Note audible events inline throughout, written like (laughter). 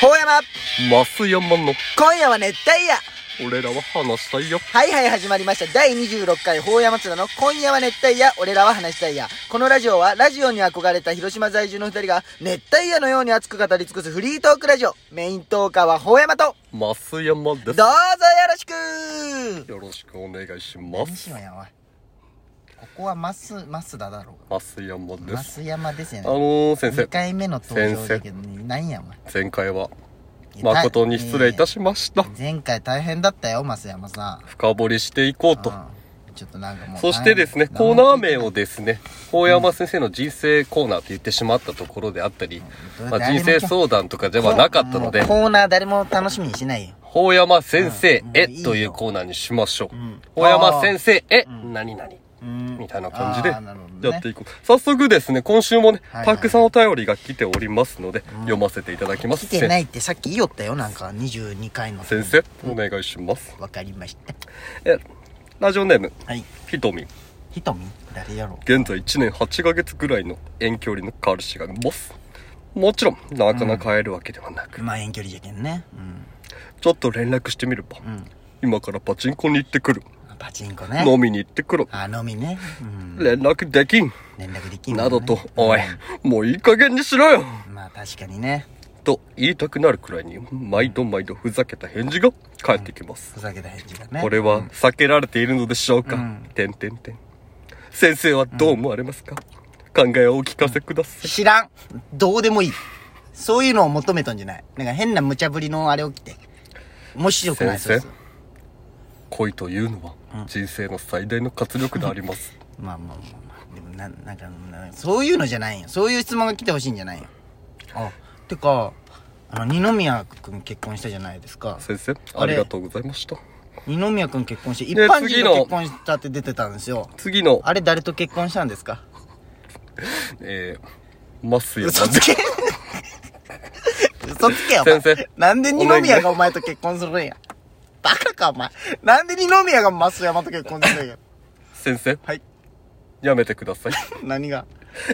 ほうやまマスヤマの今夜は熱帯夜俺らは話したいよはいはい始まりました第26回ほうやまつらの今夜は熱帯夜俺らは話したいやこのラジオはラジオに憧れた広島在住の二人が熱帯夜のように熱く語り尽くすフリートークラジオメイントーカーはほうやまとマスヤマどでうぞすよろしくよろしくお願いしま何すしろやおいここはマスマスダだろマスヤマでマすス山ですよあねのー、先2生回目の登場だけど何やお前前回はいや誠に失礼いたしました前回大変だったよ増山さん深掘りしていこうとうんちょっとなんかもうそしてですね何もコーナー名をですね大山先生の人生コーナーと言ってしまったところであったりうんまあ人生相談とかではなかったのでもうコーナー誰も楽しみにしないよ大山先生へうんもういいよというコーナーにしましょうん大山先生へうん何々みみたいな感じでやっていいこう、早速ですね今週もね、はいはいたくさんお便りが来ておりますので、ん読ませていただきます来てないいってさっき言いよったよなんか22回の先生お願いします、わかりましたえラジオネームはいひとみひとみ誰やろう現在1年8ヶ月ぐらいの遠距離の彼氏がいますもちろんなかなか会えるわけではなく、まあ遠距離じゃけんねちょっと連絡してみれば、うんうん今からパチンコに行ってくるパチンコね飲みに行ってくるあ飲みねうん連絡できん連絡できんもんねなどと、おいもういい加減にしろよまあ確かにねと言いたくなるくらいに毎度毎度ふざけた返事が返ってきます、ふざけた返事がねこれは避けられているのでしょうか、うんてんてんてん先生はどう思われますか、考えをお聞かせください、知らんどうでもいいそういうのを求めとんじゃないなんか変な無茶ぶりのあれを着て面白くないそう先生そう恋というのは人生の最大の活力であ (laughs) ります、まあまあまあまあでもななんかなそういうのじゃないよそういう質問が来てほしいんじゃないよあてかあの二宮君結婚したじゃないですか先生ああれりがとうございました二宮君結婚して一で般人次がの結婚したって出てたんですよ次のあれ誰と結婚したんですかえー、マスヤマ嘘つけ嘘つけよ。お前先生なんで二ごめんね宮がお前と結婚するんや。バカか、お前。なんで二宮が増山と結婚するんや。先生はい。やめてく (laughs) ださい何が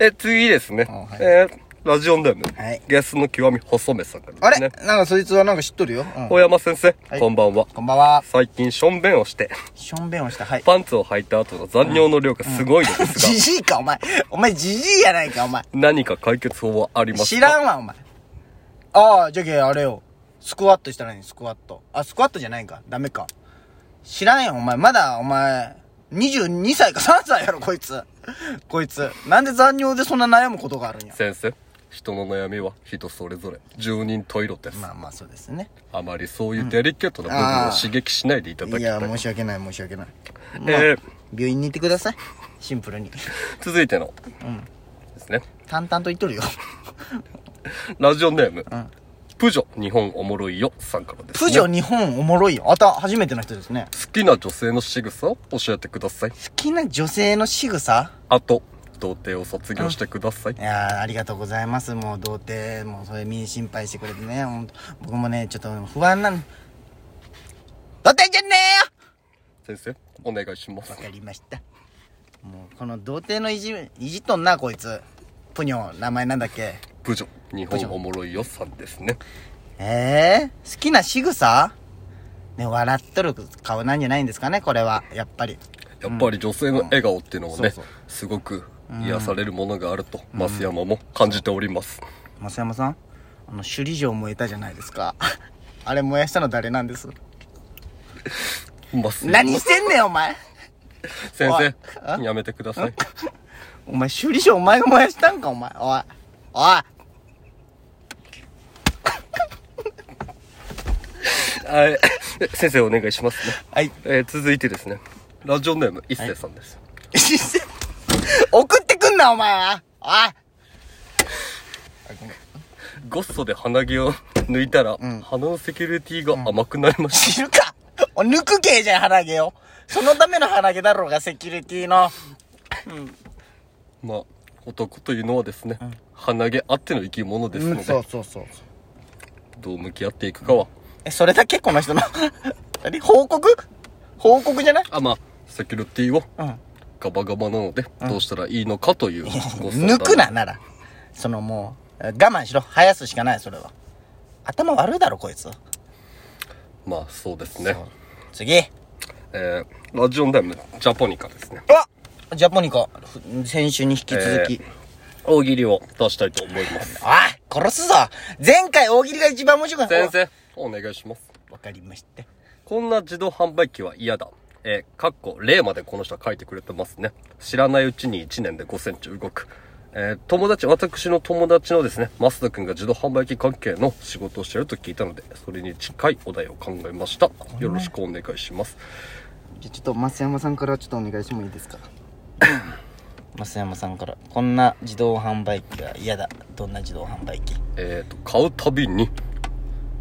え次ですね、あはいえー、ラジオネーム、はいゲスの極み細目さんからですあれねなんかそいつはなんか知っとるよ。うん大山先生、はいこんばんはこんばんは。最近しょんべんをしてしょんべんをした。はい。パンツを履いた後の残尿の量がすごいのですが、じじいか、お前。お前じじいやないか、お前。 (laughs) 何か解決法はありますか知らんわ、お前。ああ、じゃけ、あれよ。スクワットしたらいいのスクワット。あ、スクワットじゃないんか。ダメか。知らんよ、お前。まだ、お前、22歳か3歳やろ、こいつ。こいつ。なんで残尿でそんな悩むことがあるんや。先生人の悩みは人それぞれ十人十色です、まあまあ、そうですね。あまりそういうデリケートな部分を刺激しないでいただいきたや、い申し訳ない、申し訳ない。まあえー病院に行ってください。シンプルに。続いての、ですね淡々と言っとるよ。ラジオネーム、んプジョ日本おもろいよさんからです、ね、プジョ日本おもろいよ。あた、初めての人ですね。好きな女性の仕草を教えてください好きな女性の仕草あと童貞を卒業してください、いやーありがとうございます。もう童貞、もうそれみんな心配してくれてね。ほんと僕もね、ちょっと不安なの。童貞じゃね先生お願いしますえよわかりました。もうこの童貞のいじ、いじっとんな、こいつ。ぷにょ、名前なんだっけプジョ日本おもろいよさんですねええー、好きな仕草ね、笑っとる顔なんじゃないんですかね、これは。やっぱり。やっぱり女性の笑顔っていうのはね、うんそうそうすごく癒されるものがあると、増山も感じております。増山さん、あの、首里城燃えたじゃないですか。 (laughs) あれ燃やしたの誰なんです増山何してんねん、お前先お生、やめてください。お前、修理所お前が燃やしたんか、お前。おい。おい。はい (laughs) 先生お願いしますね。はい。 (laughs) えー続いてですね、ラジオネーム一世さんです。送ってくんな、お前は。おい。ゴッソで鼻毛を抜いたら、鼻のセキュリティが甘くなりまし知るか。お抜く系じゃん、鼻毛を。そのための鼻毛だろうが、セキュリティの。た。まあ、男というのはですね、鼻毛あっての生き物ですので、うそうそう。どう向き合っていくかは、え、それだけこの人の。 (laughs) 何報告報告じゃないあ、まあ、セキュリティをうん。ガバガバなので、どうしたらいいのかというご相談抜くな、なら。そのもう、我慢しろ。生やすしかない、それは。頭悪いだろ、こいつ。まあそうですねそう次。えー、ラジオネームジャポニカですねあジャポニカ、ふ先週に引き続き。大喜利を出したいと思いますおい殺すぞ前回大喜利が一番面白かった。先生お願いしますわかりました。こんな自動販売機は嫌だ。えー、かっこ、例までこの人は書いてくれてますね。知らないうちに1年で5センチ動く。えー、友達、私の友達のですね、マスダ君が自動販売機関係の仕事をしてると聞いたので、それに近いお題を考えました。よろしくお願いします。じゃ、ちょっと、増山さんからちょっとお願いしてもいいですか増山さんから。こんな自動販売機が嫌だ。どんな自動販売機えっ、と、買うたびに、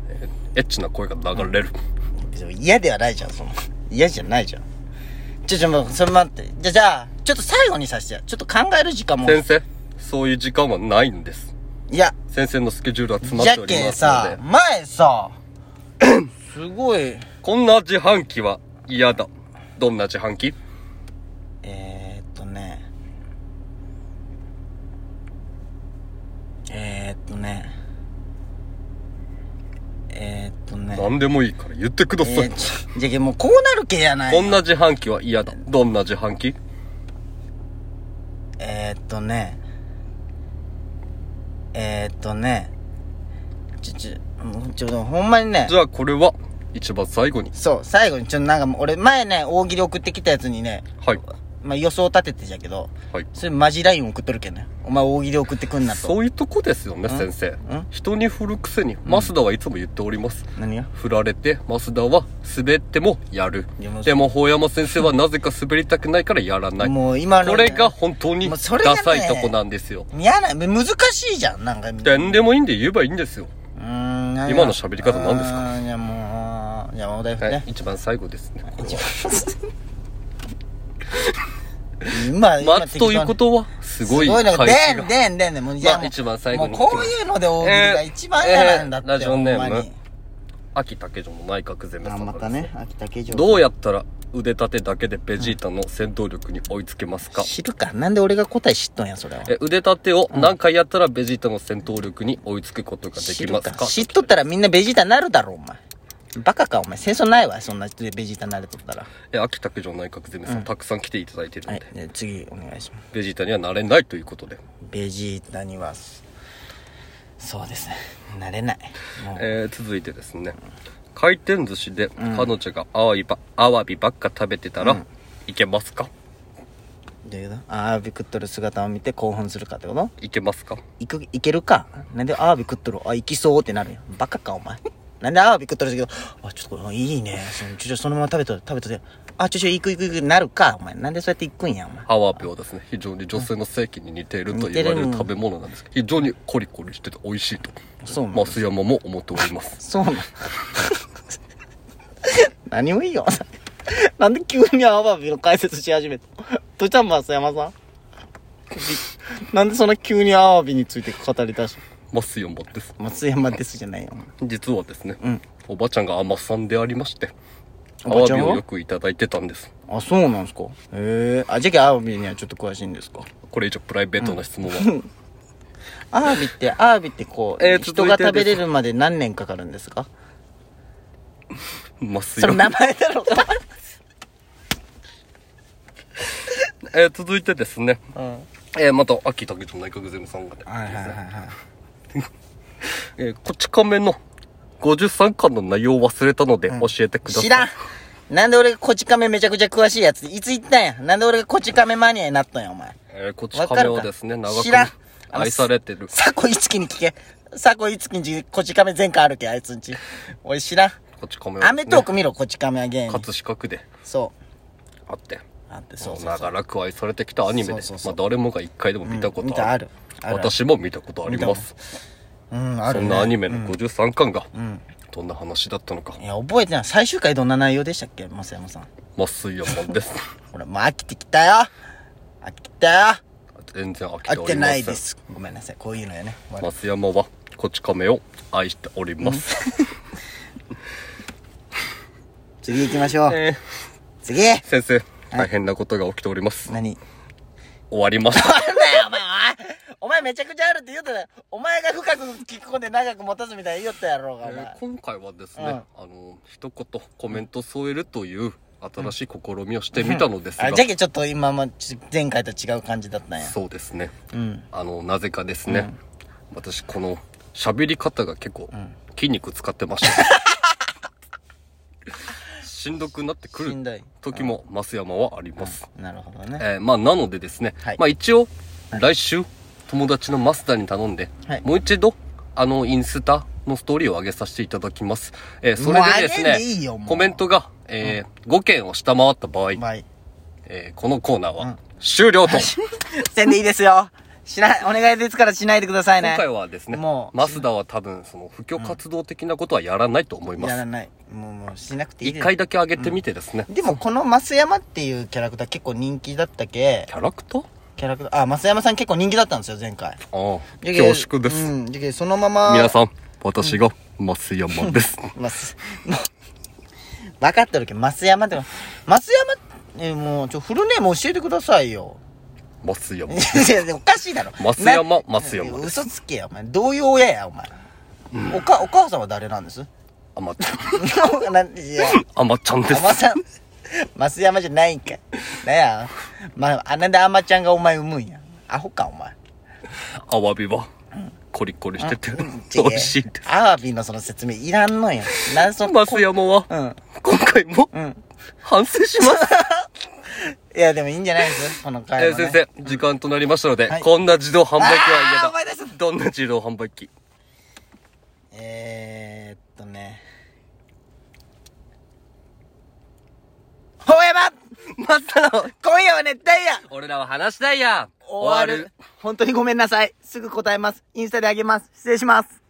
えーエッチな声が流れる。でも嫌ではないじゃん、その。嫌じゃないじゃん。ちょ、ちょ、もう、それ待って。じゃ、じゃあ、ちょっと最後にさせてよちょっと考える時間も。先生、そういう時間はないんです。いや、先生のスケジュールは詰まじっゃておりけまんすのさで、、前さ、 (laughs) すごい、こんな自販機は嫌だ。どんな自販機えー、っとね、えー、っとね、えー、っとね、何でもいいから言ってくだえさい。ーちょじゃけんもうこうなるけやない。こんな自販機は嫌だ。どんな自販機えー、っとね、えー、っとね、ちょ、ちょ、もうちょ、ほんまにねじ、ゃあこれは、一番最後に。そう、最後に、ちょ、なんかもう俺前ね、大喜利送ってきたやつにね、はい。まあ予想立ててじゃけど、はい。それマジライン送っとるけんね。お前大喜利送ってくんなと。そういうとこですよね、先生。人に振るくせに、マスダはいつも言っております。何が振られて、マスダは滑ってもやるいやも。うでも、法山先生はなぜか滑りたくないからやらない。もう今のねこれが本当にもダうそれがねサいとこなんですよ。嫌な、難しいじゃん、なんか。う何でもいいんで言えばいいんですよ。ーん、何が今の喋り方何ですかうーんいや、もう、じゃあお題振っはいて。。一番最後ですね。これは (laughs) 今、今待つということは、すごいすごいのが、返でしがん、でん、でんでん、もうじゃあまあもう一番最後にもうこういうので大喜利が一番嫌なんだって、えーえーラジオネームほんまに秋竹城の内閣攻めあ、さんまかたらですねね、秋田家城。どうやったら腕立てだけでベジータの戦闘力に追いつけますか、知るか。なんで俺が答え知っとんや、それは。え腕立てを何回やったらベジータの戦闘力に追いつくことがで知きるますかか。知っとったらみんなベジータになるだろ、お前。バカか、お前。戦争ないわ、そんな人でベジータになれとったら。え秋竹城内閣攻めさん、たくさん来ていただいてるのはいで、、で次、お願いします。ベジータにはなれないということで、ベジータにはそうですねなれないもう、えー続いてですね回転寿司で彼女がアワビば,、アワビばっか食べてたら、いけますかどういうことアワビ食っとる姿を見て興奮するかってこといけますかいくいけるかなんでアワビ食っとるあいきそうってなるやんバカかお前なんでアワビ食っとるけどあちょっとこれいいねそのちょちょそのまま食べとる食べとるあちょちょ行く行く行くなるかお前なんでそうやって行くんやお前アワビはですね非常に女性の性器に似ていると似て言るわれる食べ物なんですけど非常にコリコリしてて美味しいとそうなんだ増山も思っておりますそうなん (laughs) 何もいいよなんで急にアワビの解説し始めたとちゃん増山さんびなんでそんな急にアワビについて語り出した増山です松山ですじゃないよ実はですね、んおばちゃんが甘さんでありましてアおばワちビゃんはをよくいただいてたんですあそうなんですかへえあじゃあアワビにはちょっと詳しいんですかこれ以上プライベートな質問は、アワビってアワビってこう、えー人が食べれるまで何年かかるんですか増それ名山前だろうかえー続いてですね、うんえーまた秋竹城内閣ゼミさんがね、はいはいはいはいえーこち亀の53巻の内容を忘れたので教えてください、知らんなんで俺がこち亀めちゃくちゃ詳しいやつ、いつ言ったんやなんで俺がこち亀マニアになったんや、お前。えーこちわか亀るをかですね長く知らんあの愛されてるさこいつきに聞け。さこいつきにち、こち亀全巻あるけ、あいつんち。おい、知らん。こち亀をですアねメトーク見ろ、こち亀は芸人。葛飾区でそう。あってあって、そうそうそ長う。らく愛されてきたアニメでそうすそまうあ誰もが一回でも見たこうん見とたああるる,、あるある私も見たことありますうん、あそるんなアニね。メの53巻がどんな話だったのかいや、覚えてない。最終回どんな内容でしたっけ、増山さん。まっすやもん (laughs) ですほら、もう飽きてきたよ。飽きてきたよ。全然飽きて飽おきりてまないせでんす。ごめんなさい。こういうのやね。増山はこち亀を愛しております、次行きましょう。え次ー先生大変なことが起きております、何終わりましなんだよたお前おいお前前めちゃくちゃあるって言うたら、お前が深く聞くことで長く持たずみたいに言ったやろうが、おえー前。今回はですね、あの、一言コメント添えるという新しい試みをしてみたのですが、あ、じゃけちょっと今もち前回と違う感じだったんや。そうですね。うん。あの、なぜかですね、私この喋り方が結構筋肉使って (laughs) ました。しんどくなってくしんどるい時も増山はあります。なるほどね。えーまあなのでですね、はいまあ一応来週友達のマスターに頼んで、はいもう一度あのインスタのストーリーを上げさせていただきます。えーそれもうでです上げんねでいいよもうコメントが、えー5件を下回った場合、はい。えーこのコーナーは終了と、せんでいいですよ。しない、お願いですからしないでくださいね。今回はですね、もうマスダは多分その布教活動的なことはやらないと思いまやらす。ない。もう、もうしなくていい一です回だけ上げてみてですね、でもこの増山っていうキャラクター結構人気だったけキ、ャラクターキャラクター、あ、増山さん結構人気だったんですよ、前回。ああ、じゃけ恐縮です。うん。じゃけそのまま。皆さん、私が増山です。ます。もう分かってるけど、増山って、増山、え、もう、ちょ、フルネーム教えてくださいよ。 (laughs) 増山。いや、でもおかしいだろ。増山な増山で嘘つけや、お前。どういう親や、お前。おか、お母さんは誰なんです (laughs) あまちゃん。なんいや、あまちゃんです。甘さん、増山じゃないんかい。なんや、まあ、あなんであまちゃんがお前産むんや。アホか、お前。アワビは、コリコリしてて、違え美味しいです。アワビのその説明いらんのや。なんそ増山は、うん。今回もん、反省します。いや、でもいいんじゃないですこのえ回ーは、ね。先生、時間となりましたので、はいこんな自動販売機は嫌あーだ。思い出したどんな自動販売機えー、っとね。ほえばマスターの、今夜は熱帯夜俺らは話したいや終わる。本当にごめんなさい。すぐ答えます。インスタであげます。失礼します。